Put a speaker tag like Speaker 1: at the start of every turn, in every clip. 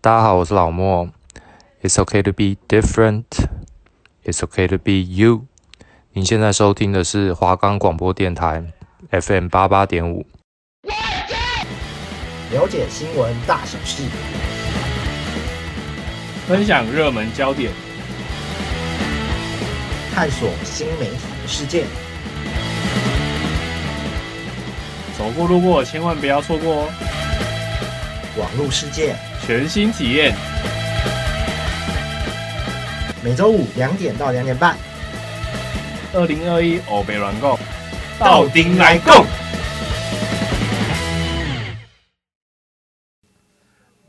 Speaker 1: 大家好，我是老莫。It's okay to be different. It's okay to be you. 您现在收听的是华冈广播电台 FM 八八点五。
Speaker 2: 了解新闻大小事，
Speaker 3: 分享热门焦点，
Speaker 2: 探索新媒体的世界。
Speaker 3: 走过路过千万不要错过哦！
Speaker 2: 网络世界，
Speaker 3: 全新体验，
Speaker 2: 每周五两点到两点半，
Speaker 3: 二零二一欧北软购，
Speaker 2: 到
Speaker 3: 顶来购。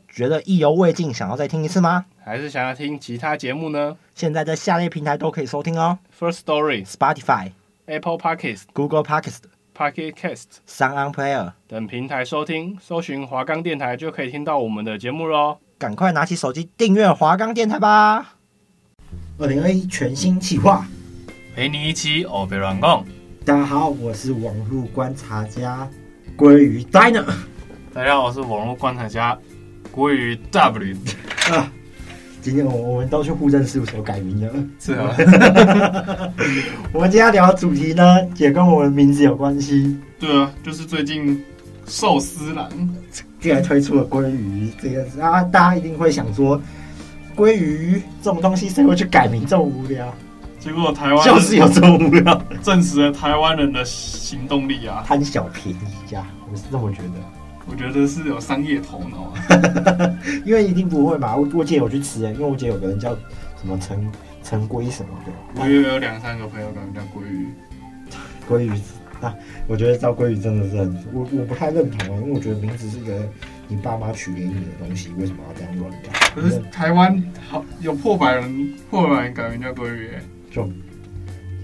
Speaker 2: 觉得意犹未尽，想要再听一次吗？
Speaker 3: 还是想要听其他节目呢
Speaker 2: 现在在下列平台都可以收听哦
Speaker 3: ？First Story、
Speaker 2: ：Spotify、
Speaker 3: Apple Podcast、
Speaker 2: Google Podcast、
Speaker 3: Pocket Cast
Speaker 2: Sound On Player。
Speaker 3: 等平台收听，搜寻华冈电台就可以听到我们的节目喽。
Speaker 2: 赶快拿起手机订阅华冈电台吧！二零二一全新企划，
Speaker 3: 陪你一起欧北软购，
Speaker 2: 大家好，我是网络观察家鲑鱼 Diner
Speaker 3: 大家好，我是网络观察家郭宇 W，
Speaker 2: 啊。今天我我们都去户政事务所改名了。
Speaker 3: 是啊，
Speaker 2: 我们今天要聊的主题呢，也跟我们名字有关系。
Speaker 3: 对啊，就是最近寿司郎，
Speaker 2: 既然推出了鲑鱼这个事啊，大家一定会想说，鲑鱼这种东西谁会去改名？这么无聊，
Speaker 3: 结果台 湾
Speaker 2: 就是有这么无聊，
Speaker 3: 证实了台湾人的行动力啊，
Speaker 2: 贪小便宜呀，我是这么觉得。
Speaker 3: 我觉得是有商业头 脑啊。
Speaker 2: 因为一定不会嘛，我我姐有去吃、因为我姐有个人叫什么陈陈龟什么的，
Speaker 3: 我也有两三个朋友跟人家鲑鱼，
Speaker 2: 鲑鱼啊，我觉得叫鲑鱼真的是很，我我不太认同啊，因为我觉得名字是一个你爸妈取给你的东西，为什么要这样乱改？
Speaker 3: 可是台湾好有破百人，破百人改名叫鲑鱼、欸。
Speaker 2: 就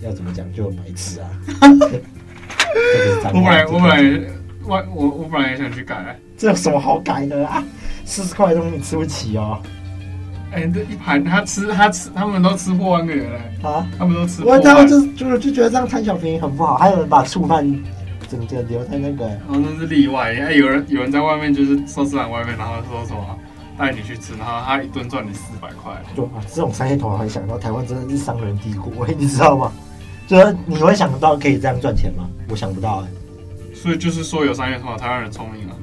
Speaker 2: 要怎么讲就白痴 啊！这个是脏话
Speaker 3: 我本来
Speaker 2: 这个
Speaker 3: 我本来我我我本来也想去改，
Speaker 2: 这有什么好改的啊？四十块的东西吃不起哦
Speaker 3: 哎、这一盘他吃他吃，他们都吃破万个人、欸，
Speaker 2: 啊！
Speaker 3: 他们都吃破
Speaker 2: 我
Speaker 3: 万。
Speaker 2: 然后就就就觉得这样贪小便宜很不好，还有人把醋饭整个留在那个
Speaker 3: 然后哦那是例外，哎，有人有人在外面就是寿司郎外面，然后说什么带你去吃，然后他一顿赚你四百块，
Speaker 2: 就啊，这种商业头脑还想到台湾真的是商人帝国，你知道吗？就是你会想到可以这样赚钱吗？我想不到、欸，
Speaker 3: 所以就是说有商业头脑，台湾人聪明啊。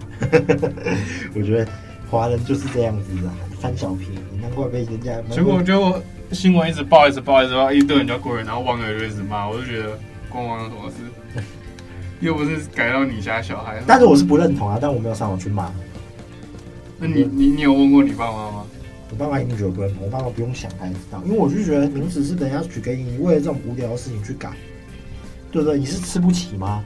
Speaker 2: 我觉得华人就是这样子啊，贪小便宜，难怪被人家
Speaker 3: 结果就新闻一直报，一直报，一直报，一堆人叫国人，然后网友就一直骂，我就觉得关网友 什么事？又不是改到你家小孩。
Speaker 2: 但是我是不认同啊，但我没有上网去骂。
Speaker 3: 那你你你有问过你爸妈吗？
Speaker 2: 我爸妈一定觉得不认同，我爸妈不用想他也知道，因为我就觉得名字是人家取给你，你为了这种无聊的事情去改，对不对？你是吃不起吗？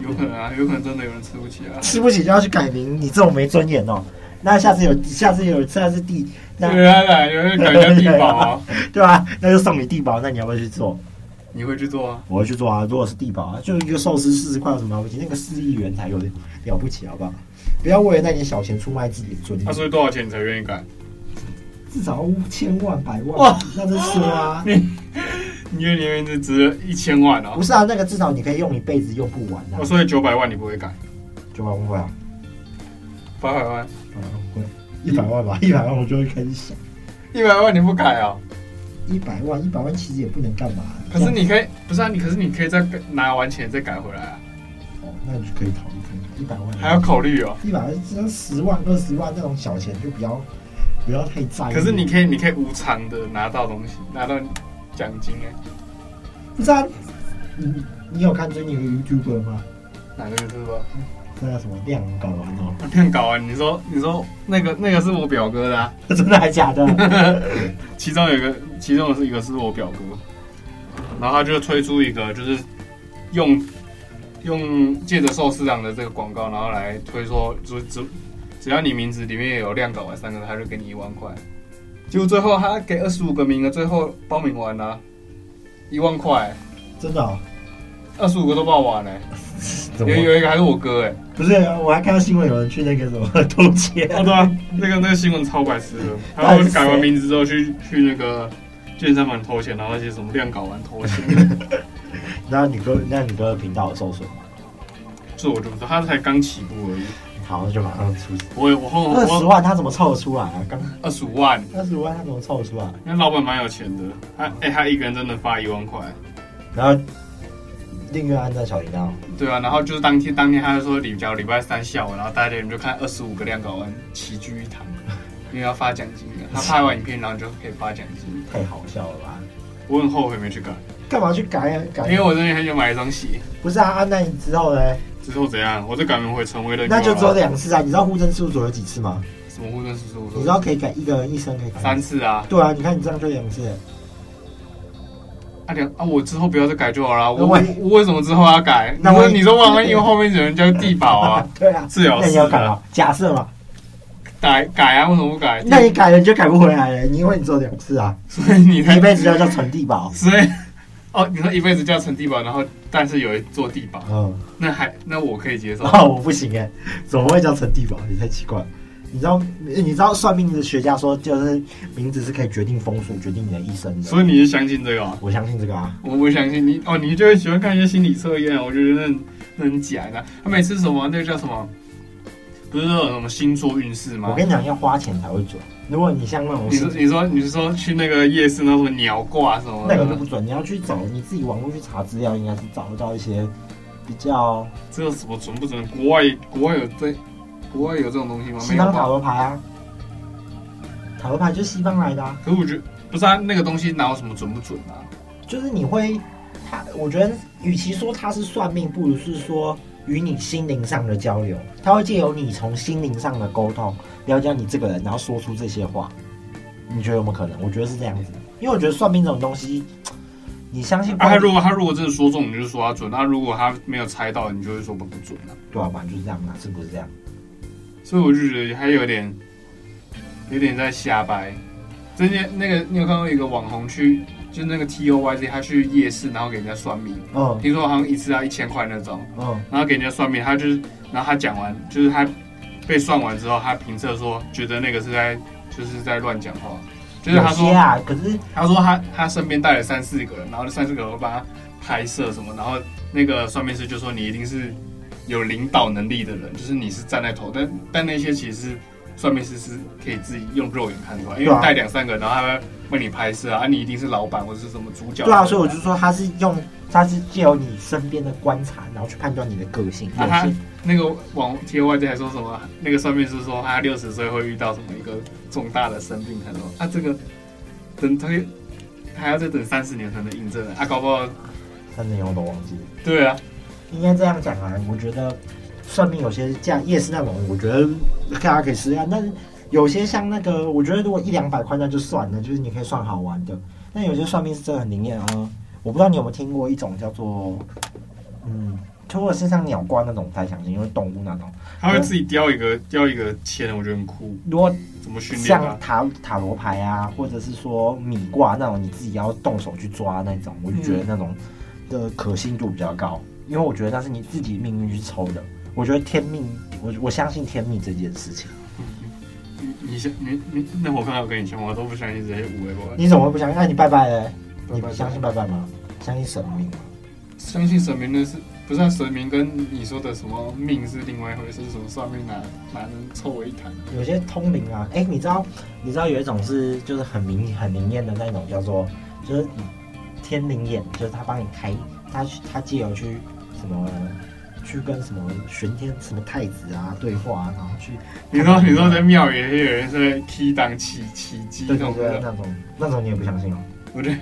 Speaker 3: 有可能啊，有可能真的有人吃不起啊。
Speaker 2: 吃不起就要去改名，你这种没尊严哦。那下次有，下次有，下次地，那
Speaker 3: 对啊，对啊有人改叫地保 啊，
Speaker 2: 对吧、那就送你地保，那你要不要去做？
Speaker 3: 你会去做啊？
Speaker 2: 我会去做啊。如果是地保啊，就一个寿司四十块有什么了不起？那个四亿元才有的了不起，好不好？不要为了那点小钱出卖自己的尊
Speaker 3: 那、
Speaker 2: 严，
Speaker 3: 啊所以多少钱你才愿意改？
Speaker 2: 至少要千万百万
Speaker 3: 哇，
Speaker 2: 那就说啊。
Speaker 3: 你因为你名字值了一千万
Speaker 2: 不
Speaker 3: 哦，
Speaker 2: 是啊，那个至少你可以用一辈子用不完啊
Speaker 3: 我。所以九百万你不会改，
Speaker 2: 九百万块啊，
Speaker 3: 八百万，
Speaker 2: 啊会一百万吧，一百万我就会开始想，
Speaker 3: 一百万你不改啊、
Speaker 2: 一百万，一百万其实也不能干嘛。啊
Speaker 3: 可是你可以不是啊，你可是你可以再改拿完钱再改回来啊，
Speaker 2: 哦，那你就可以考虑看看，一百万
Speaker 3: 还要考虑哦。
Speaker 2: 一百万，只要十万、二十万那种小钱就不要不要太在意。
Speaker 3: 可是你可以你可以无偿的拿到东西，拿到奖金哎，
Speaker 2: 不知道、你你有看最近有个 YouTuber 吗？
Speaker 3: 哪个就是说
Speaker 2: 那叫什么亮搞完哦，
Speaker 3: 骗搞啊？你说你说那个那个是我表哥的、啊，
Speaker 2: 真的还假的？
Speaker 3: 其中有一个，其中是一个是我表哥，然后他就推出一个，就是用用借着寿司郎的这个广告，然后来推说，只只只要你名字里面有亮搞完三个，他就给你一万块。结果最后他给二十五个名额，最后报名完了、一万块，
Speaker 2: 真的、哦？
Speaker 3: 二十五个都报完了、
Speaker 2: 怎么
Speaker 3: 有？有一个还是我哥哎、
Speaker 2: 不是，我还看到新闻有人去那个什么偷 窃，
Speaker 3: 哦对啊，那个那个新闻超白痴的，他们改完名字之后去去那个健身房偷钱，然后那些什么亮搞完 偷钱。
Speaker 2: 然后你哥，那你哥的频道有受损吗？
Speaker 3: 这我就不知道，他才刚起步而已。
Speaker 2: 好，那就马上出。
Speaker 3: 我我 后
Speaker 2: 二十
Speaker 3: 我
Speaker 2: 万他怎么凑得出来啊？刚
Speaker 3: 二十五万，
Speaker 2: 二十万他怎么凑得出来？
Speaker 3: 那老板蛮有钱的，他哎、他一个人真的发一万块，
Speaker 2: 然后另一个按在小铃铛，
Speaker 3: 对啊，然后就是当天当天他就说礼，假如礼拜三下午，然后大家你就看二十五个亮港湾齐聚一堂，因为要发奖金啊，他拍完影片然后就可以发奖金，
Speaker 2: 太好笑了吧？
Speaker 3: 我很后悔没去干，
Speaker 2: 干嘛去改啊？改？
Speaker 3: 因为我真的很想买一双鞋，
Speaker 2: 不是啊，按在你之后呢？
Speaker 3: 之后怎样，我这改名会成为了
Speaker 2: 那就只有两次啊！你知道互证事务所有几次吗？
Speaker 3: 什么护盾叔叔，
Speaker 2: 你知道可以改一个人一生可以改
Speaker 3: 三？次啊，
Speaker 2: 对啊，你看你这样就两次了。
Speaker 3: 啊两啊，我之后不要再改就好了。我我
Speaker 2: 那
Speaker 3: 我为什么之后要改？
Speaker 2: 那
Speaker 3: 你说
Speaker 2: 万一
Speaker 3: 你说万万一后面有人叫地 保啊，
Speaker 2: 对啊，
Speaker 3: 是有
Speaker 2: 那你
Speaker 3: 事
Speaker 2: 要改
Speaker 3: 啊，
Speaker 2: 啊？假设嘛，
Speaker 3: 改改啊，为什么不改？
Speaker 2: 那你改了你就改不回来了，你因为你只有两次啊，
Speaker 3: 所以你
Speaker 2: 你
Speaker 3: 才
Speaker 2: 一辈子要叫存地宝。
Speaker 3: 所以哦，你说一辈子叫陈地保，然后但是有一座地保，
Speaker 2: 嗯，
Speaker 3: 那还那我可以接受
Speaker 2: 然。后我不行哎、怎么会叫存地宝？你太奇怪了。你知道，欸你知道算命的学家说，就是名字是可以决定风水，决定你的一生的。
Speaker 3: 所以你是相信这个、啊？
Speaker 2: 我相信这个啊，
Speaker 3: 我不相信你哦，你就会喜欢看一些心理测验，啊我觉得那那很假的。他每次什么啊那个叫什么，不是说有什么星座运势吗
Speaker 2: 我？跟你讲，要花钱才会准。如果你像那种
Speaker 3: 你说你说你是说去那个夜市那什么鸟卦什么
Speaker 2: 那个就
Speaker 3: 的
Speaker 2: 不，准，你要去找你自己网络去查资料，应该是找得到一些比较
Speaker 3: 这有什么准不准？国外国外有这国外有这种东西吗？没
Speaker 2: 西
Speaker 3: 有
Speaker 2: 方塔
Speaker 3: 吧？
Speaker 2: 罗牌啊，塔罗牌就是西方来的、啊，
Speaker 3: 可是我觉得不是啊，那个东西哪有什么准不准啊？
Speaker 2: 就是你会，它我觉得与其说它是算命，不如是说与你心灵上的交流，它会借由你从心灵上的沟通，了解你这个人，然后说出这些话，你觉得有没有可能？我觉得是这样子，因为我觉得算命这种东西，你相信不
Speaker 3: 啊，
Speaker 2: 然
Speaker 3: 他
Speaker 2: 你
Speaker 3: 如果他如果真的说中，你就说他准；他如果他没有猜到，你就会说不不准啊。
Speaker 2: 对啊，反正就是这样嘛，是不是这样？
Speaker 3: 所以我就觉得还有点有点在瞎掰。之前那个你有看过一个网红去，就是那个 T O Y Z，他去夜市然后给人家算命，
Speaker 2: 嗯
Speaker 3: 听说好像一次要一千块那种，
Speaker 2: 嗯，
Speaker 3: 然后给人家算命，他就是然后他讲完，就是他被算完之后，他评测说觉得那个是在就是在乱讲话，就是他
Speaker 2: 有
Speaker 3: 说
Speaker 2: 些啊，可是
Speaker 3: 他说他他身边带了三四个人，然后这三四个人会帮他拍摄什么，然后那个算命师就说你一定是有领导能力的人，就是你是站在头，但但那些其实是算命师是可以自己用肉眼看出来，因为
Speaker 2: 对啊
Speaker 3: 带两三个，然后他会帮你拍摄啊，啊你一定是老板或者是什么主角。
Speaker 2: 对啊，所以我就说他是用，他是借由你身边的观察，然后去判断你的个性。
Speaker 3: 啊他
Speaker 2: 有些
Speaker 3: 那个网贴外界还说什么，啊那个算命师说他六十岁会遇到什么一个重大的生病，他说啊这个等他还要再等三十年才能印证啊，搞不好
Speaker 2: 三年我都忘记了，
Speaker 3: 对啊。
Speaker 2: 应该这样讲啊。我觉得算命有些像夜市那种，我觉得大家可以试一下。但是有些像那个，我觉得如果一两百块那就算了，就是你可以算好玩的。但有些算命是真的很灵验啊。我不知道你有没有听过一种叫做，嗯，除了是像鸟瓜那种太相信，因为动物那种。
Speaker 3: 他会自己雕一个雕一个签，我觉得很酷。
Speaker 2: 如果
Speaker 3: 怎么训练
Speaker 2: 像
Speaker 3: 啊？
Speaker 2: 塔塔罗牌啊，或者是说米卦那种，你自己要动手去抓那种，我就觉得那种的可信度比较高，因为我觉得那是你自己命运去抽的。我觉得天命，我我相信天命这件事情。
Speaker 3: 你你先你你，那我刚才有跟你讲，我都不相信这些五维怪。
Speaker 2: 你怎么会不相信？那、你拜拜嘞？
Speaker 3: 拜
Speaker 2: 你
Speaker 3: 拜
Speaker 2: 相信拜拜吗？相信神明吗？
Speaker 3: 相信神明的是不是、啊、神明跟你说的什么命是另外一回事？什么算命哪哪能凑为一谈？
Speaker 2: 有些通灵啊，哎、你知道你知道有一种是就是很明很灵验的那种，叫做就是天灵眼，就是他帮你开，他去他借由去什么去跟什么玄天什么太子啊对话啊，然后去
Speaker 3: 你说你说在庙宇也有人在踢档起起鸡
Speaker 2: 对
Speaker 3: 那
Speaker 2: 对
Speaker 3: 种
Speaker 2: 对
Speaker 3: 的，
Speaker 2: 那种那种你也不相信哦。
Speaker 3: 我觉得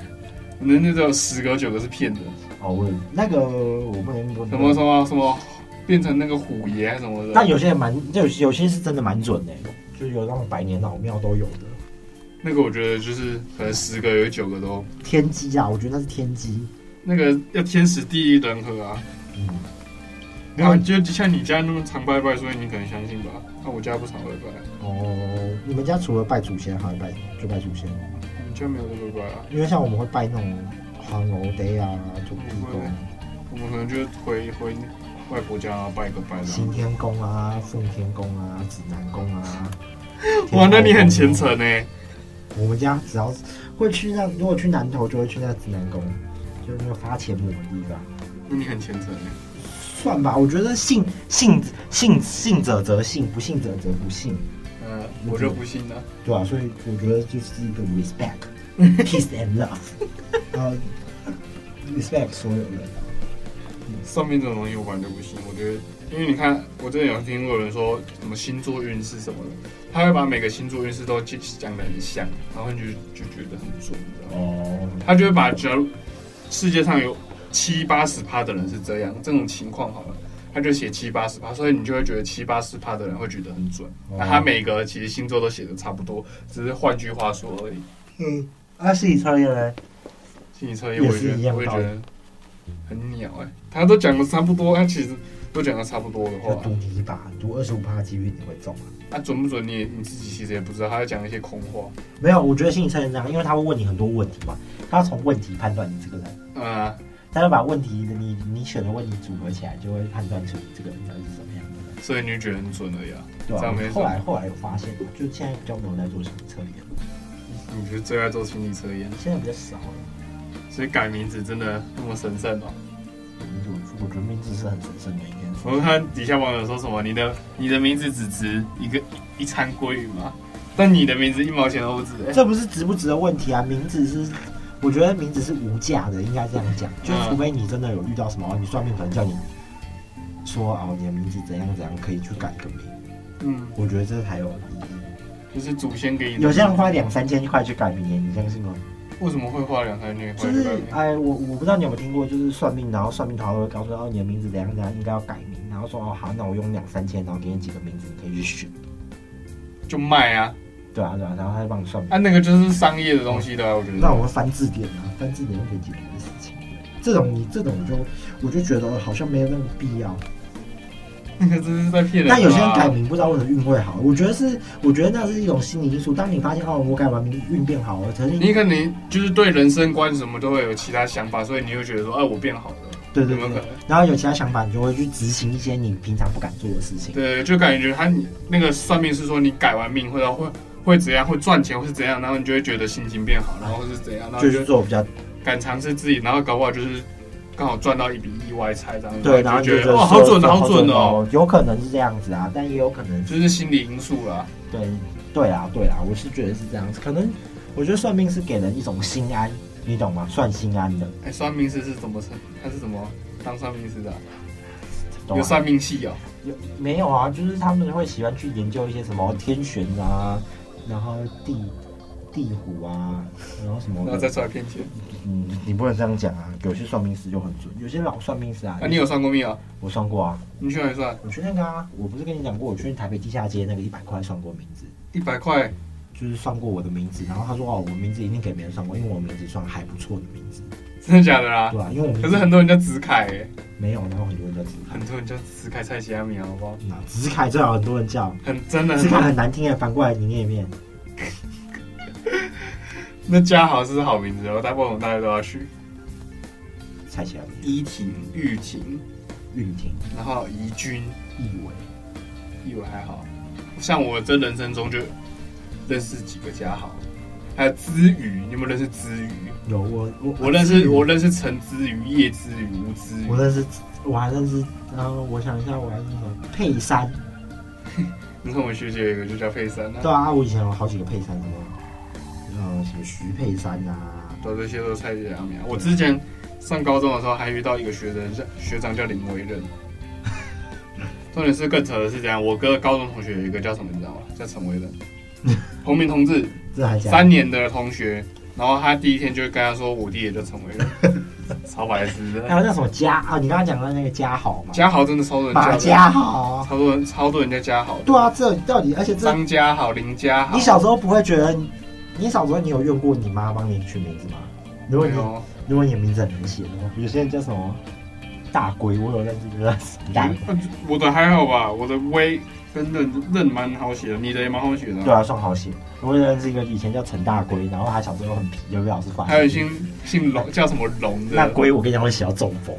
Speaker 3: 可能那种十个九个是骗的，
Speaker 2: 哦，我那个我不能不
Speaker 3: 什么什
Speaker 2: 说，
Speaker 3: 么什么变成那个虎爷还是什么
Speaker 2: 但
Speaker 3: 的，
Speaker 2: 有些人蛮有有些是真的蛮准的、就是有那种百年老庙都有的
Speaker 3: 那个我觉得就是可能十个有九个都
Speaker 2: 天机啊，我觉得那是天机。
Speaker 3: 那个要天时地利人和啊。
Speaker 2: 嗯，
Speaker 3: 然后就就像你家那么常拜拜，所以你可能相信吧。那、我家不常拜拜，
Speaker 2: 哦，你们家除了拜祖先，还会拜就拜祖先吗？
Speaker 3: 我们家没有在拜拜啊。
Speaker 2: 因为像我们会拜那种黄牛 day 啊、土地公、
Speaker 3: 我们可能就回回外婆家、拜个拜
Speaker 2: 行
Speaker 3: 的。
Speaker 2: 天宫啊、奉天宫啊、指南宫啊。
Speaker 3: 哇，
Speaker 2: 天后宫啊
Speaker 3: 那你很虔。诚欸呢、
Speaker 2: 我们家只要是会去那，如果去南啊头就会去那指南宫，就是那个发钱母的地方。
Speaker 3: 那你很虔诚呢、欸
Speaker 2: 算吧。我觉得信信信信者则信，不信者则不信，
Speaker 3: 嗯、
Speaker 2: 呃
Speaker 3: 我就不信了。
Speaker 2: 对吧、所以我觉得就是一个 respect、peace and love，呃，respect 所有人啊。
Speaker 3: 算命这种东西我完全不信，我觉得，因为你看，我之前有听过有人说什么星座运势什么的，他会把每个星座运势都去讲的很像，然后你就就觉得很准，你知道吗？
Speaker 2: 哦，
Speaker 3: 他就会把只要世界上有七八十趴的人是这样这种情况好了，他就写七八十趴，所以你就会觉得七八十趴的人会觉得很准。
Speaker 2: 哦
Speaker 3: 那他每个其实星座都写的差不多，只是换句话说而已。
Speaker 2: 嗯，啊，心理测验嘞，
Speaker 3: 心理测验，我也觉
Speaker 2: 也是一样
Speaker 3: 得我也觉
Speaker 2: 道
Speaker 3: 得很鸟哎、他都讲的差不多，他其实都讲的差不多的
Speaker 2: 就
Speaker 3: 话，
Speaker 2: 赌你一把，赌二十五趴几率你会中啊？
Speaker 3: 他、准不准你也你自己其实也不知道，他在讲一些空话。
Speaker 2: 没有，我觉得心理测验这样，因为他会问你很多问题嘛，他要从问题判断你这个人。
Speaker 3: 嗯、
Speaker 2: 他要把问题的你你选的问题组合起来，就会判断出你这个人到底是什么样的人，
Speaker 3: 所以你就觉得很准而已啊。
Speaker 2: 对
Speaker 3: 这样没
Speaker 2: 吧、
Speaker 3: 错
Speaker 2: 后来后来有发现，就现在比较没有在做心理测验，
Speaker 3: 你觉得最爱做心理测验，
Speaker 2: 现在比较少了。
Speaker 3: 所以改名字真的那么神圣哦、
Speaker 2: 我我觉得名字是很神圣的一件事。
Speaker 3: 我看底下网友说什么，你的你的名字只值一个一餐鲑鱼吗？但你的名字一毛钱都不值、欸。
Speaker 2: 这不是值不值的问题啊，名字是，我觉得名字是无价的，应该这样讲，就是除非你真的有遇到什么，哦你算命可能叫你说哦，你的名字怎样怎样，可以去改个名，
Speaker 3: 嗯，
Speaker 2: 我觉得这才有意义。
Speaker 3: 就是祖先给你的。
Speaker 2: 有些人花两三千块去改名耶，你相信吗？
Speaker 3: 为什么会花两三千块
Speaker 2: 就
Speaker 3: 去
Speaker 2: 是
Speaker 3: 改名？
Speaker 2: 哎，我我不知道你有没有听过，就是算命，然后算命他会告诉他哦，你的名字怎样怎样，应该要改名，然后说哦好，那我用两三千，然后给你几个名字，你可以去选，
Speaker 3: 就卖啊，
Speaker 2: 对啊对啊，然后他就帮你算命。
Speaker 3: 啊，那个就是商业的东西的啊，我觉得。
Speaker 2: 那我会翻字典啊，翻字典就可以解决的事情。这种你这种就我就觉得好像没有那么必要。
Speaker 3: 那个真是在骗人。啊
Speaker 2: 但有些人改，名不知道为什么运会好，我觉得是，我觉得那是一种心理因素。当你发现哦，我改完名运变好了，曾经
Speaker 3: 你可能就是对人生观什么都会有其他想法，所以你会觉得说，哎、我变好了，
Speaker 2: 对
Speaker 3: 有
Speaker 2: 对
Speaker 3: 没有可
Speaker 2: 对，
Speaker 3: 能？
Speaker 2: 然后有其他想法，你就会去执行一些你平常不敢做的事情。
Speaker 3: 对，就感觉他那个算命是说你改完命会到会会怎样，会赚钱，会是怎样，然后你就会觉得心情变好，然后是怎样，然后
Speaker 2: 就
Speaker 3: 啊你就是
Speaker 2: 做比较
Speaker 3: 敢尝试自己，然后搞不好就是刚好赚到一笔意外财，这样
Speaker 2: 对，然
Speaker 3: 然
Speaker 2: 后
Speaker 3: 后
Speaker 2: 你
Speaker 3: 就
Speaker 2: 就
Speaker 3: 觉
Speaker 2: 觉
Speaker 3: 得
Speaker 2: 得说
Speaker 3: 哇，好准，好准哦，，
Speaker 2: 有可能是这样子啊，但也有可能
Speaker 3: 就是心理因素啦。
Speaker 2: 对对啊，对啊，我是觉得是这样子，可能我觉得算命是给人一种心安，你懂吗？算心安的，
Speaker 3: 哎，算命师是怎么成？他是怎么当算命师的啊？
Speaker 2: 懂啊
Speaker 3: 有
Speaker 2: 吗？
Speaker 3: 算命系哦，
Speaker 2: 有没有啊？就是他们会喜欢去研究一些什么天旋啊，然后地地虎啊，然后什么
Speaker 3: 然
Speaker 2: 的
Speaker 3: 后再出来骗钱。
Speaker 2: 嗯，你不能这样讲啊，有些算命师就很准，有些老算命师啊，
Speaker 3: 啊，你有算过命啊？
Speaker 2: 我算过啊，
Speaker 3: 你去哪里算？
Speaker 2: 我去那个啊，我不是跟你讲过，我去台北地下街那个一百块算过名字。
Speaker 3: 一百块，
Speaker 2: 就是算过我的名字，然后他说哦，我名字一定给别人算过，因为我名字算还不错的名字，
Speaker 3: 真的假的啦
Speaker 2: 对？啊吧、因为我名字
Speaker 3: 啊可是很多人叫子凯，哎，
Speaker 2: 没有，然后很多人叫子
Speaker 3: 很多人叫子凯蔡奇阿米，啊好不好？
Speaker 2: 凯，子凯最好很多人 叫，
Speaker 3: 很真的
Speaker 2: 子
Speaker 3: 很
Speaker 2: 凯很难听的，反过来你念一遍，
Speaker 3: 那嘉豪是好名字哦，大部分大家都要去。
Speaker 2: 蔡起来
Speaker 3: 依婷、玉婷，
Speaker 2: 运婷、
Speaker 3: 然后怡君，
Speaker 2: 易伟，
Speaker 3: 以为还好，像我这人生中就认识几个嘉豪，还有资宇，你有没有认识资宇？
Speaker 2: 有我我
Speaker 3: 我认识我认识陈资宇、叶资宇、吴资宇
Speaker 2: 我，认识我还认识，然后我想一下我还认识什么佩珊，
Speaker 3: 你看我学姐有一个就叫佩珊啊，
Speaker 2: 对啊，我以前有好几个佩珊什么，嗯什么徐佩珊啊，
Speaker 3: 对，这些都是蔡姐阿苗。我之前上高中的时候还遇到一个学生，叫学长叫林维任。 重点是更扯的是这样，我哥高中同学有一个叫什么，你知道吗？叫陈维任， 同名同志，
Speaker 2: 这还假的
Speaker 3: 三年的同学，然后他第一天就跟他说：“我弟也就成 为了超白痴的。
Speaker 2: 还有那什么嘉啊，你刚刚讲的那个嘉豪嘛，
Speaker 3: 嘉豪真的超多人
Speaker 2: 马
Speaker 3: 家
Speaker 2: 嘉豪，
Speaker 3: 超多人超多人叫嘉豪的，
Speaker 2: 对啊，这到底而且这
Speaker 3: 张嘉豪、林嘉豪。
Speaker 2: 你小时候不会觉得你，你小时候你有用过你妈帮你取名字吗？如果
Speaker 3: 没
Speaker 2: 你
Speaker 3: 有
Speaker 2: 如果你的名字很难写的话，有些人叫什么大龟，我有认识就是很大龟，
Speaker 3: 呃我的还好吧，我的威跟任任蛮好写的，你的也蛮好写的
Speaker 2: 对
Speaker 3: 啊。
Speaker 2: 啊，算好写。我有认识一个以前叫陈大龟，然后他小时候很皮，有被老师罚。
Speaker 3: 还有姓姓龙叫什么龙
Speaker 2: 那
Speaker 3: 的，
Speaker 2: 龟，我跟你讲会写到中风。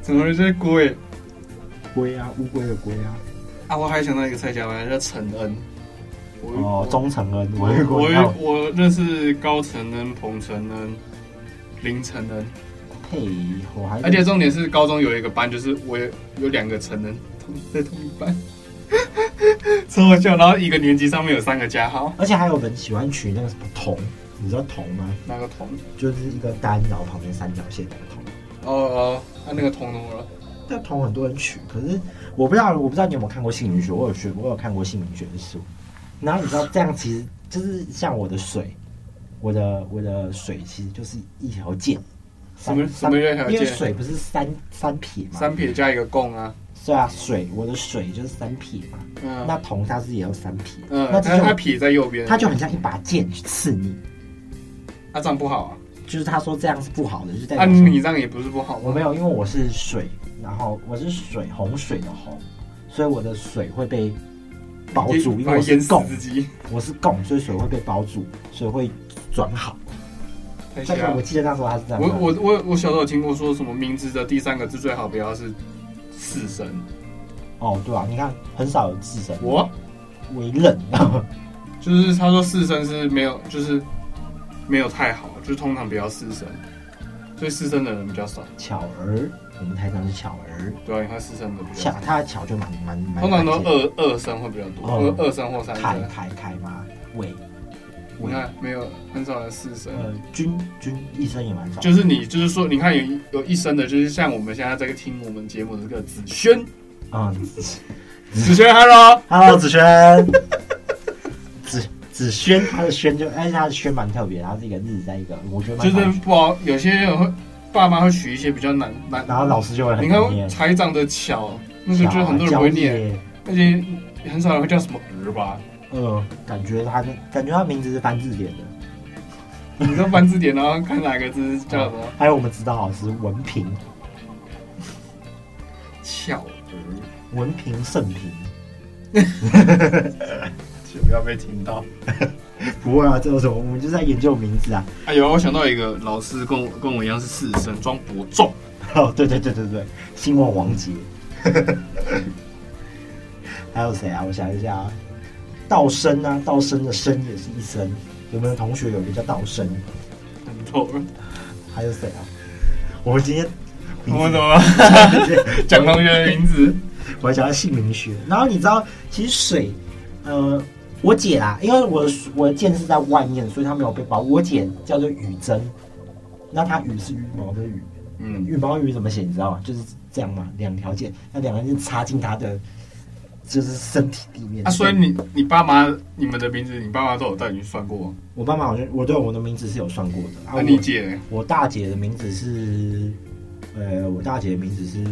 Speaker 3: 怎么就是龟
Speaker 2: 龟啊，乌龟的龟啊。
Speaker 3: 啊？我还想到一个蔡家班叫陈恩，我
Speaker 2: 哦，钟承恩，我
Speaker 3: 我
Speaker 2: 遇过。
Speaker 3: 我我认识高承恩、彭承恩、林承恩，
Speaker 2: 配我还
Speaker 3: 而且重点是高中有一个班，就是我有有两个成人同在同一班， 超好笑。然后一个年级上面有三个加号，
Speaker 2: 而且还有人喜欢取那个什么铜，你知道铜吗？
Speaker 3: 那个同？
Speaker 2: 就是一个单，然后旁边三角线那个铜。
Speaker 3: 哦哦，那、那个同怎么了？
Speaker 2: 那铜很多人取，可是我不知道，我不知道你有没有看过姓名学，我有学，我有看过姓名学的书。然后你知道这样其实就是像我的水，我的我的水其实就是一条剑，
Speaker 3: 什么什么叫一条
Speaker 2: 因为
Speaker 3: 剑
Speaker 2: 水不是三三撇嘛，
Speaker 3: 三撇加一个共啊，
Speaker 2: 是啊，水我的水就是三撇嘛，那
Speaker 3: 嗯
Speaker 2: 铜它是也要三撇，
Speaker 3: 嗯，
Speaker 2: 那
Speaker 3: 但
Speaker 2: 这就是
Speaker 3: 它撇在右边，
Speaker 2: 它就很像一把剑去刺你，
Speaker 3: 它这样不好啊。
Speaker 2: 就是他说这样是不好的，就是代
Speaker 3: 啊，
Speaker 2: 表说
Speaker 3: 你这样也不是不好，
Speaker 2: 我没有，因为我是水，然后我是水洪水的洪，所以我的水会被包
Speaker 3: 你
Speaker 2: 住，因
Speaker 3: 把
Speaker 2: 为
Speaker 3: 它
Speaker 2: 我是
Speaker 3: 淹死
Speaker 2: 汞，
Speaker 3: 自己，
Speaker 2: 我是汞，所以水会被包住，所以会转好。
Speaker 3: 太
Speaker 2: 但是
Speaker 3: 瞎
Speaker 2: 我
Speaker 3: 了。
Speaker 2: 记得那时候他是这样
Speaker 3: 我
Speaker 2: 说的，
Speaker 3: 我我我小时候有听过说什么名字的第三个字最好不要是四声，
Speaker 2: 哦对啊，你看很少有智神，
Speaker 3: 我
Speaker 2: 为冷，
Speaker 3: 就是他说四声是没有，就是没有太好，就是通常比较四声，所以四声的人比较少。
Speaker 2: 巧儿，我们台上是巧儿，
Speaker 3: 对啊，你看四声的比
Speaker 2: 巧
Speaker 3: 较少，
Speaker 2: 他的巧就蛮蛮蛮，
Speaker 3: 通常都
Speaker 2: 蛮贱
Speaker 3: 二二声会比较多，
Speaker 2: 哦
Speaker 3: 二二声或三
Speaker 2: 开
Speaker 3: 声。
Speaker 2: 开开嘛，伟
Speaker 3: 你看没有很少有四声，
Speaker 2: 呃君君一生也蛮少，
Speaker 3: 就是你就是说，你看有一有一声的，就是像我们现在在听我们节目的这个子轩，
Speaker 2: 啊。
Speaker 3: 子轩 hello，
Speaker 2: Hello，子轩， 子子轩，他的轩就，哎而且他的轩蛮特别，他是一个日，在一个，我觉得
Speaker 3: 就
Speaker 2: 蛮好
Speaker 3: 是
Speaker 2: 取
Speaker 3: 不好，有些人会爸妈会取一些比较难难
Speaker 2: 然后老师就会很
Speaker 3: 你
Speaker 2: 讨
Speaker 3: 看
Speaker 2: 厌，
Speaker 3: 台长的巧，那
Speaker 2: 啊
Speaker 3: 个就是很多人不会念，而且很少人会叫什么儿吧？
Speaker 2: 呃，感觉他的感觉他名字是翻字典的，
Speaker 3: 你知道翻字典，然后看哪个字叫什么
Speaker 2: 还有我们指导老师文凭，
Speaker 3: 巧儿，
Speaker 2: 文凭圣平，
Speaker 3: 就不要被听到。
Speaker 2: 不会啊，这有什么？我们就在研究名字啊。
Speaker 3: 哎呦，我想到一个老师跟我跟我一样是四声，庄伯仲，
Speaker 2: 哦，对对对对对，新望王杰， 还有谁啊？我想一下啊，道生啊，道生的生也是一生，有没有同学有一个叫道生？
Speaker 3: 很错。
Speaker 2: 还有谁啊？我们今天
Speaker 3: 我 们怎么讲同学的名字？
Speaker 2: 我还讲到姓名学，然后你知道，其实水，呃，我姐啦，因为我的水我的剑是在外面，所以她没有被包。我姐叫做雨珍，那她羽是羽毛的羽，
Speaker 3: 嗯，
Speaker 2: 羽毛羽怎么写你知道吗？就是这样嘛，两条剑，那两条剑插进她的就是身体里面。
Speaker 3: 啊，所以你你爸妈你们的名字，你爸妈都有带你去算过。
Speaker 2: 我妈妈好像我对我的名字是有算过的
Speaker 3: 那、
Speaker 2: 啊，
Speaker 3: 你
Speaker 2: 我
Speaker 3: 姐呢
Speaker 2: 我大姐的名字是，呃，我大姐的名字是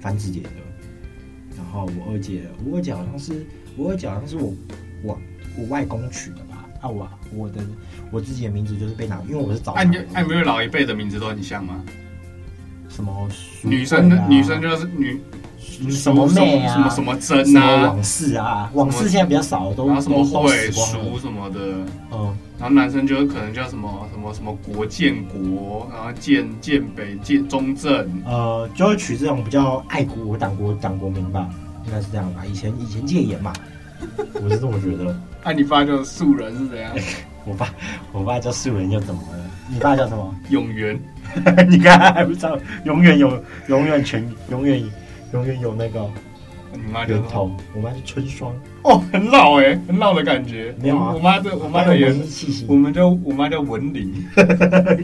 Speaker 2: 樊子姐的，然后我二姐，我二姐好像是，我二姐好像是我我我外公取的吧？啊，我我的我自己的名字就是被拿，因为我是早
Speaker 3: 啊
Speaker 2: 产
Speaker 3: 你
Speaker 2: 儿
Speaker 3: 啊你不是老一辈的名字都很像吗？
Speaker 2: 什么淑
Speaker 3: 女生的
Speaker 2: 慧啊
Speaker 3: 女生就是女
Speaker 2: 什么妹啊，
Speaker 3: 什么什么
Speaker 2: 什
Speaker 3: 珍
Speaker 2: 么
Speaker 3: 啊，
Speaker 2: 往事啊，往事现在比较少，都
Speaker 3: 然后什么
Speaker 2: 都都
Speaker 3: 会
Speaker 2: 死光
Speaker 3: 熟
Speaker 2: 了，
Speaker 3: 什么的，
Speaker 2: 嗯，
Speaker 3: 然后男生就可能叫什么什么什么国建国，然后建建北建中正，
Speaker 2: 呃，就会取这种比较爱国、党国、党国民吧，应该是这样吧。以前以前戒严 嘛，我是这么觉得。
Speaker 3: 啊，你爸叫素人是 怎样？
Speaker 2: 我爸，我爸叫素人又怎么了？你爸叫什么？
Speaker 3: 永元，
Speaker 2: 你看还不知道，永远有，永远全，永远，永远有那个
Speaker 3: 你妈叫什
Speaker 2: 源
Speaker 3: 么
Speaker 2: 头。我妈是春霜，
Speaker 3: 哦，很老哎、很老的感觉。
Speaker 2: 没有啊
Speaker 3: 我妈的，我妈
Speaker 2: 还
Speaker 3: 的
Speaker 2: 有
Speaker 3: 也，
Speaker 2: 文艺气息
Speaker 3: 我。们叫我妈叫文玲。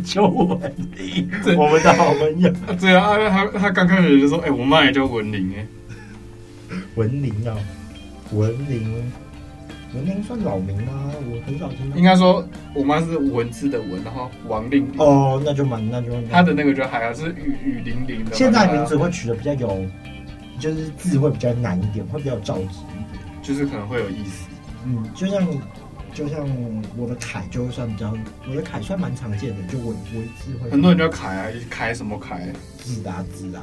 Speaker 2: 就我们，我们的好朋友
Speaker 3: 啊 对啊，啊她她刚开始就说，哎、我妈也叫文玲哎、
Speaker 2: 文玲啊，文玲，文玲算老名吗？我很少听
Speaker 3: 应
Speaker 2: 到。
Speaker 3: 该说我妈是文字的文，然后王令玲。
Speaker 2: 哦，那就蛮，那就
Speaker 3: 她的那个就还好，是雨雨玲玲的嘛。
Speaker 2: 现在
Speaker 3: 对啊
Speaker 2: 名字会取的比较有，就是字会比较难一点，会比较有造诣。
Speaker 3: 就是可能会有意思。
Speaker 2: 嗯，就像你，就像我的凯就会算比较，我的凯算蛮常见的，就我我字会
Speaker 3: 很多人叫凯啊，凯什么凯？
Speaker 2: 字啊字啊，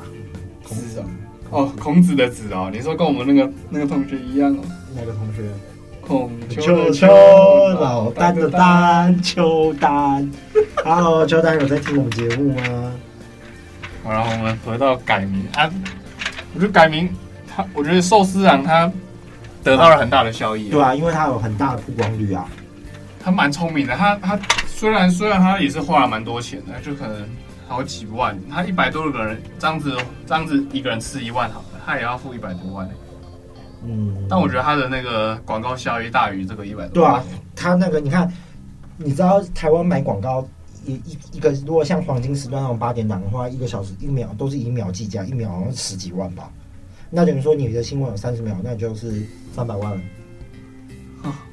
Speaker 2: 孔子啊，
Speaker 3: 哦，孔子的子哦，你说跟我们那个那个同学一样哦，
Speaker 2: 那个同学，
Speaker 3: 孔
Speaker 2: 秋
Speaker 3: 的
Speaker 2: 秋老
Speaker 3: 丹
Speaker 2: 丹的，丹秋 丹，Hello 秋丹有在听我们节目吗？
Speaker 3: 好了，我们回到改名啊，我觉得改名，他我觉得寿司郎他得到了很大的效益，
Speaker 2: 对啊，因为他有很大的曝光率啊，
Speaker 3: 他蛮聪明的，他他虽然虽然他也是花了蛮多钱的，就可能好几万，他一百多个人，这样子这样子一个人吃一万好了，他也要付一百多万、欸
Speaker 2: 嗯，
Speaker 3: 但我觉得他的那个广告效益大于这个一百多
Speaker 2: 对
Speaker 3: 万。
Speaker 2: 啊，他那个你看，你知道台湾买广告一一一个，如果像黄金时段那种八点档的话，一个小时一秒都是以秒计价，一秒好像十几万吧。那等于说你的新闻有三十秒，那就是三百万了。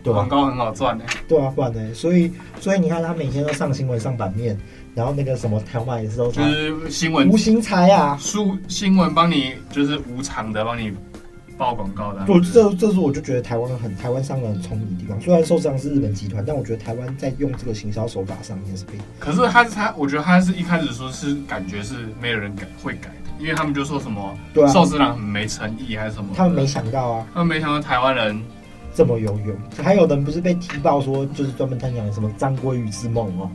Speaker 2: 对
Speaker 3: 广
Speaker 2: 啊，
Speaker 3: 告很好赚欸呢、
Speaker 2: 对啊，不然呢？所以，所以你看，他每天都上新闻、上版面，然后那个什么条码也是都
Speaker 3: 就
Speaker 2: 上，
Speaker 3: 是新闻
Speaker 2: 无形财啊！
Speaker 3: 数新闻帮你就是无偿的帮你报广告的啊、
Speaker 2: 我这这是我就觉得台湾很台湾商人很聪明的地方。虽然受这样是日本集团，但我觉得台湾在用这个行销手法上面是被
Speaker 3: 可是他他，我觉得他是一开始说是感觉是没有人改会改的，因为他们就说什么
Speaker 2: 对啊，
Speaker 3: 寿司郎很没诚意还是什么的，
Speaker 2: 他们没想到啊。
Speaker 3: 他们没想到台湾人
Speaker 2: 这么游泳，还有人不是被踢爆说，就是专门他讲的什么“张鲑鱼之梦”哦，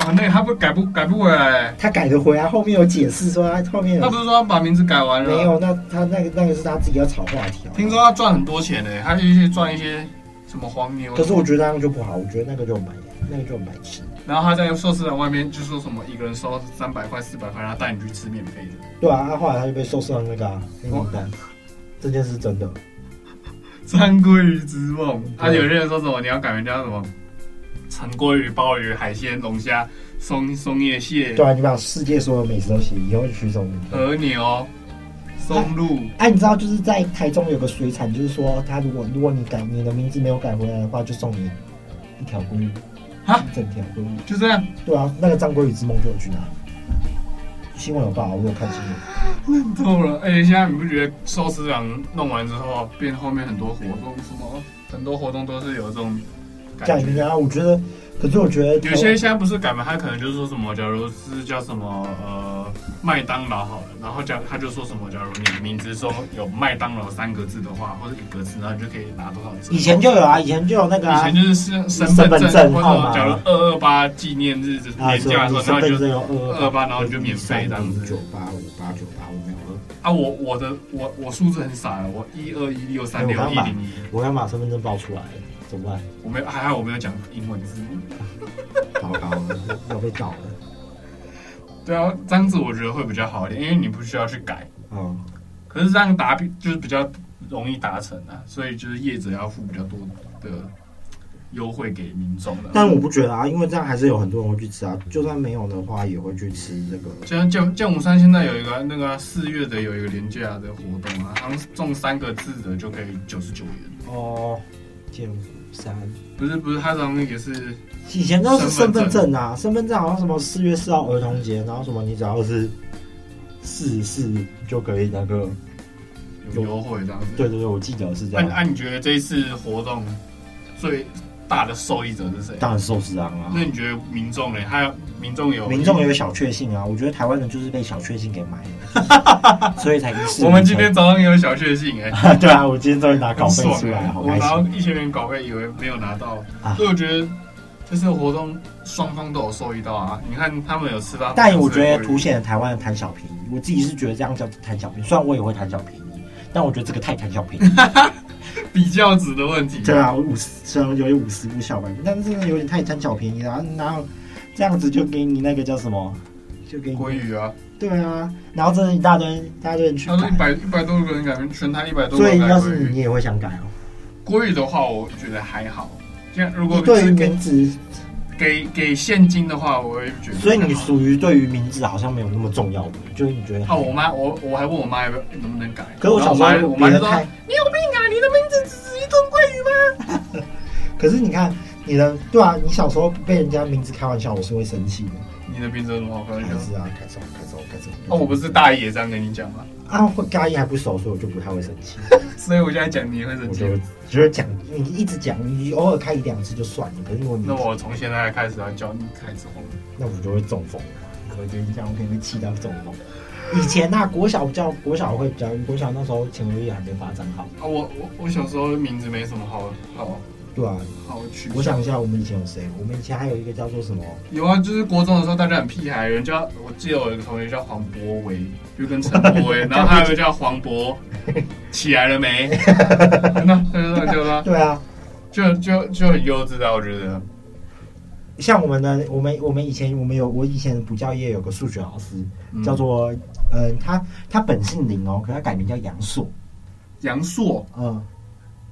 Speaker 3: 哦，那个他不改不改不回来，
Speaker 2: 他改得回来，后面有解释说他后面
Speaker 3: 他
Speaker 2: 有
Speaker 3: 不是说要把名字改完了？
Speaker 2: 没，有，那他那个那个是他自己要炒话题啊。
Speaker 3: 听说，他赚很多钱呢、他一些赚一些什么黄牛，
Speaker 2: 可是我觉得那样就不好，我觉得那个就很白，那个就很白痴。
Speaker 3: 然后他在寿司郎外面就说什么一个人收三百块四百块，然后带你去吃免费的。
Speaker 2: 对啊，啊后来他就被受伤那个啊黑名单，这件事真的。
Speaker 3: 三鲑鱼之梦。
Speaker 2: 对
Speaker 3: 啊，有些人说什么你要改名叫什么？陈鲑鱼、鲍鱼、海鲜、龙虾、松松叶蟹、
Speaker 2: 对啊，你把世界所有美食都写，以后就取这种名字。
Speaker 3: 和牛、松露。
Speaker 2: 哎、你知道就是在台中有个水产，就是说他如果如果你改你的名字没有改回来的话，就送你一条鲑鱼，
Speaker 3: 啊
Speaker 2: 一整条鲑鱼。
Speaker 3: 就这 样，
Speaker 2: 对啊，那个《张国宇之梦》就有去拿。新闻有报，我有看新闻。
Speaker 3: 啊痛了。而且哎现在你不觉得寿司郎弄完之后，变后面很多活动什么，很多活动都是有这种
Speaker 2: 假
Speaker 3: 感
Speaker 2: 名
Speaker 3: 觉。
Speaker 2: 啊，我觉得，可是我觉得
Speaker 3: 有些现在不是改名，他可能就是说什么，假如是叫什么呃麦当劳好了，然后假他就说什么，假如你名字说有麦当劳三个字的话，或者一个字，然后你就可以拿多少折。
Speaker 2: 以前就有啊，以前就有那个
Speaker 3: 以
Speaker 2: 啊
Speaker 3: 前，就是身
Speaker 2: 身
Speaker 3: 份
Speaker 2: 份
Speaker 3: 证
Speaker 2: 证
Speaker 3: 或
Speaker 2: 号
Speaker 3: 者
Speaker 2: 码
Speaker 3: 假如二二八纪念日就是
Speaker 2: 啊，
Speaker 3: 年
Speaker 2: 所以
Speaker 3: 假的时
Speaker 2: 你
Speaker 3: 候，
Speaker 2: 身
Speaker 3: 然后
Speaker 2: 份
Speaker 3: 你就
Speaker 2: 证有二
Speaker 3: 228然后你就免费这样子
Speaker 2: 呃九八五八九八五没有二。
Speaker 3: 啊，我我的我我数字很傻了，我一二一六三
Speaker 2: 哎
Speaker 3: 六
Speaker 2: 我刚
Speaker 3: 一
Speaker 2: 把
Speaker 3: 零一，
Speaker 2: 我刚把身份证报出来了，怎么办？
Speaker 3: 我没有还好我没有讲英文字母。
Speaker 2: 糟糕了， 要被搞了。
Speaker 3: 对啊，这样子我觉得会比较好一点，因为你不需要去改，
Speaker 2: 嗯，
Speaker 3: 可是这样达比就是比较容易达成啊，所以就是业者要付比较多的优惠给民众的。
Speaker 2: 但我不觉得啊，因为这样还是有很多人会去吃啊，就算没有的话，也会去吃这个。
Speaker 3: 像剑剑湖山现在有一个那个四月的有一个廉价的活动啊，好像中三个字的就可以九十九元，
Speaker 2: 哦，剑三。
Speaker 3: 不是不是，它好像也是
Speaker 2: 以前都是身份证啊，身份证好像什么四月四号儿童节，然后什么你只要是四十四就可以那个。
Speaker 3: 有优惠这样子。
Speaker 2: 对对对，我记得是这
Speaker 3: 那那、
Speaker 2: 样。
Speaker 3: 你觉得这一次活动最大的受益者是谁？
Speaker 2: 当然寿司郎啊
Speaker 3: 那，你觉得民众呢？还有民众有
Speaker 2: 民众也有小确幸啊。我觉得台湾人就是被小确幸给买 了，所以才一世。
Speaker 3: 我们今天早上也有小确幸 哎、
Speaker 2: 对啊，我今天终于拿稿
Speaker 3: 很
Speaker 2: 费
Speaker 3: 爽
Speaker 2: 出来，
Speaker 3: 啊！
Speaker 2: 好
Speaker 3: 我
Speaker 2: 开
Speaker 3: 拿到
Speaker 2: 心。
Speaker 3: 一千元稿费，以为没有拿到
Speaker 2: 啊，
Speaker 3: 所以我觉得这次活动双方都有受益到啊。你看他们有吃到，
Speaker 2: 但我觉得凸显了台湾的贪小便宜。我自己是觉得这样叫贪小便宜，虽然我也会贪小便宜，但我觉得这个太贪小便宜了。
Speaker 3: 比较值的问题。
Speaker 2: 对啊，五十虽然有五十部小白，但是真的有点太贪小便宜了、啊。然后这样子就给你那个叫什么，就给
Speaker 3: 鲑
Speaker 2: 你
Speaker 3: 鱼啊，
Speaker 2: 对啊，然后真的一大堆一大堆人去
Speaker 3: 他说一
Speaker 2: 改，
Speaker 3: 哦百一百多个人改名，全台一百多个
Speaker 2: 所以
Speaker 3: 人改
Speaker 2: 要
Speaker 3: 鲑
Speaker 2: 是你，你
Speaker 3: 鱼。
Speaker 2: 也会想改哦。
Speaker 3: 鲑鱼的话，我觉得还好。像如果
Speaker 2: 你对于
Speaker 3: 是给
Speaker 2: 名字，
Speaker 3: 给给现金的话，我也觉得还好。
Speaker 2: 所以你属于对于名字好像没有那么重要的，就是你觉得
Speaker 3: 啊，我妈，我我还问我妈要不要能不能改。
Speaker 2: 可是我
Speaker 3: 然后
Speaker 2: 小
Speaker 3: 我
Speaker 2: 时候
Speaker 3: 妈，
Speaker 2: 别
Speaker 3: 我妈就
Speaker 2: 人
Speaker 3: 说
Speaker 2: 看，
Speaker 3: 你有病啊！你的名字只是一种鲑鱼吗？
Speaker 2: 可是你看你的对啊，你小时候被人家名字开玩笑，我是会生气的。
Speaker 3: 你的名字有什么好开玩笑
Speaker 2: 还？是啊，开始啊开始啊开始啊。
Speaker 3: 哦，我不是大爷这样跟你讲吗？
Speaker 2: 啊，会跟阿姨还不熟，所以我就不太会生气。
Speaker 3: 所以我现在讲你也会生
Speaker 2: 我
Speaker 3: 气
Speaker 2: 就。只是讲，你一直讲，你偶尔开一两次就算了。可是如果你
Speaker 3: 那我从现在开始要教你开始红。
Speaker 2: 那我就会中风，我觉得这样我可能会气到中 风。以前那、国小比较，国小会比较，国小那时候前额叶还没发展好，
Speaker 3: 啊，我我我小时候名字没什么好好
Speaker 2: 对啊。
Speaker 3: 好取
Speaker 2: 我想一下，我们以前有谁？我们以前还有一个叫做什么？
Speaker 3: 有啊，就是国中的时候大家很屁孩，人叫我记得我有一个同学叫黄博维，就跟陈 博维，然后还有一个叫黄博，起来了没？那那那就那
Speaker 2: 对啊，
Speaker 3: 就就就很幼稚啊，我觉得。
Speaker 2: 像我们的，我们我们以前我们有我以前的补教业有个数学老师
Speaker 3: 嗯
Speaker 2: 叫做，嗯、他他本姓林哦，可他改名叫杨硕，
Speaker 3: 杨硕，
Speaker 2: 嗯，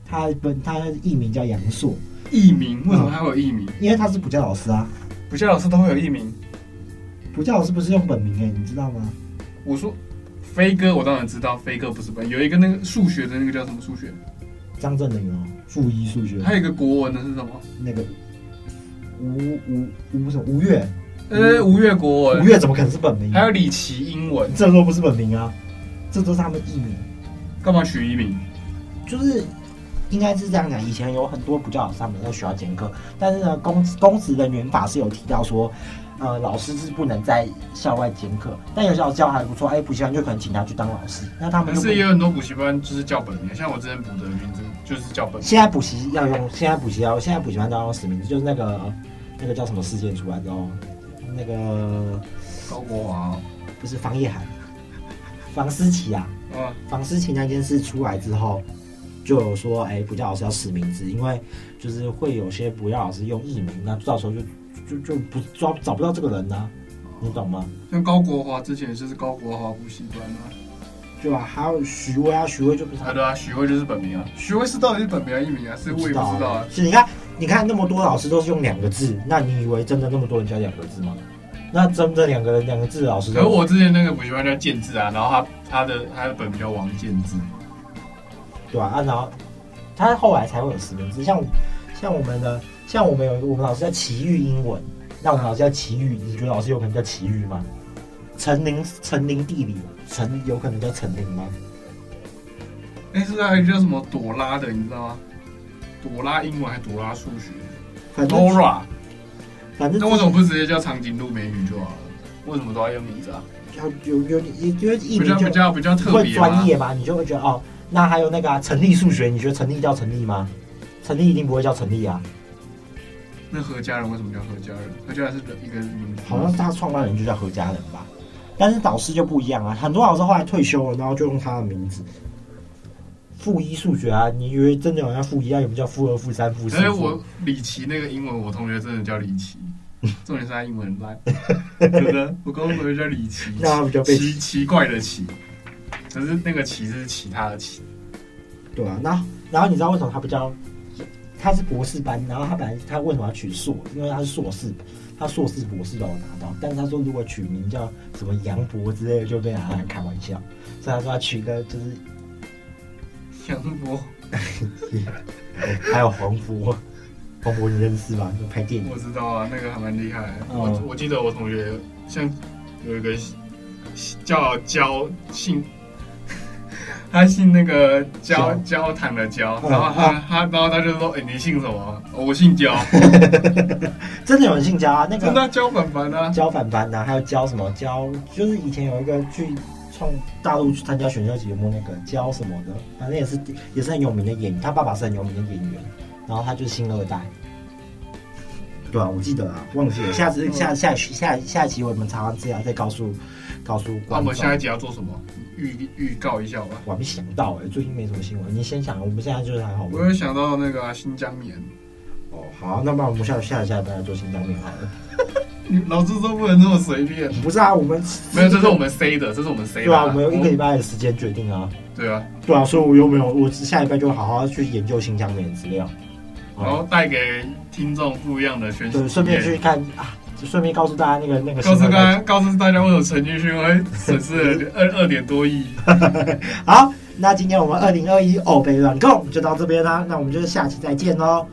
Speaker 2: 他本他艺名叫杨硕，
Speaker 3: 艺名为什么他会有艺名？
Speaker 2: 因为他是补教老师啊，
Speaker 3: 补教老师都会有艺名。
Speaker 2: 补教老师不是用本名哎、你知道吗？
Speaker 3: 我说飞哥，我当然知道飞哥不是本，有一个那个数学的那个叫什么数学，
Speaker 2: 张振林哦，负一数学
Speaker 3: 还有一个国文的是什么？
Speaker 2: 那个吴吴吴什么吴越，
Speaker 3: 呃，吴越国
Speaker 2: 吴
Speaker 3: 文，
Speaker 2: 越怎么可能是本名？
Speaker 3: 还有李琦英文，
Speaker 2: 这都不是本名啊，这都是他们艺名。
Speaker 3: 干嘛取艺名？
Speaker 2: 就是应该是这样讲，以前有很多补教老师他们在学校兼课，但是呢，公公职人员法是有提到说，呃，老师是不能在校外兼课，但有些老师教还不错，哎，补习班就可能请他去当老师，那他们
Speaker 3: 可
Speaker 2: 就不
Speaker 3: 是也有很多补习班就是叫本名，像我之前补的名字就是叫本名。
Speaker 2: 现在补习要用，现在补习要现在补习班都要用实名制，就是那个那个叫什么事件出来之后，那个
Speaker 3: 高国华、哦，
Speaker 2: 不是方叶涵，房思琪啊，
Speaker 3: 嗯，
Speaker 2: 房思琪那件事出来之后，就有说，哎、补教老师要实名制，因为就是会有些补教老师用艺名，那到时候就就就不抓找不到这个人呢、你懂吗？
Speaker 3: 像高国华之前就是高国华补习班啊，
Speaker 2: 对吧、还有徐威啊，徐威就不是
Speaker 3: 啊对啊，徐汇就是本名啊，徐汇是到底是本名还是艺名啊？是我也不知道啊。
Speaker 2: 是你看，你看那么多老师都是用两个字，那你以为真的那么多人教两个字吗？那真的两个人两个字的老师
Speaker 3: 可
Speaker 2: 都，
Speaker 3: 是我之前那个补习班叫建志啊，然后他他的他的本名叫王建志，
Speaker 2: 对吧、啊？然后他后来才会有实名制，像像我们的，像我们有一个我们老师叫奇遇英文，那我们老师叫奇遇，你觉得老师有可能叫奇遇吗？陈林陈林地理，陈有可能叫陈林吗？
Speaker 3: 哎，是不是还有一个叫什么朵拉的，你知道吗？朵拉英文还朵拉数学
Speaker 2: 反正
Speaker 3: ，Dora，
Speaker 2: 反正
Speaker 3: 那为什么不直接叫长颈鹿美女就好了？为什么都要用名字啊？
Speaker 2: 有有有，你觉得艺
Speaker 3: 比
Speaker 2: 名
Speaker 3: 较比
Speaker 2: 就
Speaker 3: 较比较特
Speaker 2: 会
Speaker 3: 别啊
Speaker 2: 专。业吗？你就会觉得哦，那还有那个啊陈、立数学，你觉得陈立叫陈立吗？陈立一定不会叫陈立啊，
Speaker 3: 那何家人为什么叫何家人？何家人是一个名字，
Speaker 2: 好像是他创办人就叫何家人吧。但是导师就不一样啊，很多老师后来退休了，然后就用他的名字。负一数学啊，你以为真的有人叫负一啊？有没有叫负二、负三、负四？
Speaker 3: 所以
Speaker 2: 负
Speaker 3: 哎我李琦那个英文，我同学真的叫李 琦，重点是他英文很烂，真的。 我高中同学叫李琦，
Speaker 2: 那他比较被
Speaker 3: 奇奇怪的奇，可是那个奇是其他的奇。
Speaker 2: 对啊，然后然后你知道为什么他不叫？他是博士班，然后他本来他为什么要取硕？因为他是硕士，他硕士博士都有拿到。但是他说如果取名叫什么杨博之类的，就被拿来开玩笑。所以他说他取一个就是
Speaker 3: 杨博，
Speaker 2: 还有黄渤，黄渤你认识吗？就拍电影
Speaker 3: 我知道啊，那个还蛮厉害。
Speaker 2: 嗯
Speaker 3: 我我记得我同学像有一个叫焦姓， 他姓那个焦焦糖的焦，
Speaker 2: 嗯
Speaker 3: 然后他他然后他就说，哎，你姓什么？哦我 姓焦，
Speaker 2: 真的有人姓焦啊？那
Speaker 3: 真
Speaker 2: 个
Speaker 3: 的焦粉粉 啊。
Speaker 2: 焦反班呐、还有焦什么焦？就是以前有一个去创大陆去参加选秀节目那个焦什么的，反正也是也是很有名的演员，他爸爸是很有名的演员，然后他就是星二代。对啊，我记得啊，忘记了。下次下下下下一期我们查完资料再告诉告诉
Speaker 3: 那我
Speaker 2: 观
Speaker 3: 们
Speaker 2: 众。
Speaker 3: 下一集要做什么？预预告一下吧。
Speaker 2: 我还没想到哎、最近没什么新闻。你先想，我们现在就是还好吗。
Speaker 3: 我有想到那个啊、新疆棉，
Speaker 2: 哦，好，那么我们下下下大家做新疆面好了。
Speaker 3: 你老师说不能这么随便。
Speaker 2: 不是啊，我们
Speaker 3: 没有，这是我们 C 的，这是我们 C 的、
Speaker 2: 对啊，我们有一个礼拜的时间决定啊。
Speaker 3: 对啊，
Speaker 2: 对啊，所以我又没有，我下礼拜就好好去研究新疆棉资料，
Speaker 3: 然后带给听众不一样的宣
Speaker 2: 对，顺便去看啊，就顺便告诉大家那个那个
Speaker 3: 嗯告
Speaker 2: 新
Speaker 3: 诉
Speaker 2: 闻
Speaker 3: 大家，告诉大家为什么陈奕迅会损失了二二点多亿。
Speaker 2: 好，那今天我们二零二一欧北软控就到这边啦、那我们就下期再见喽。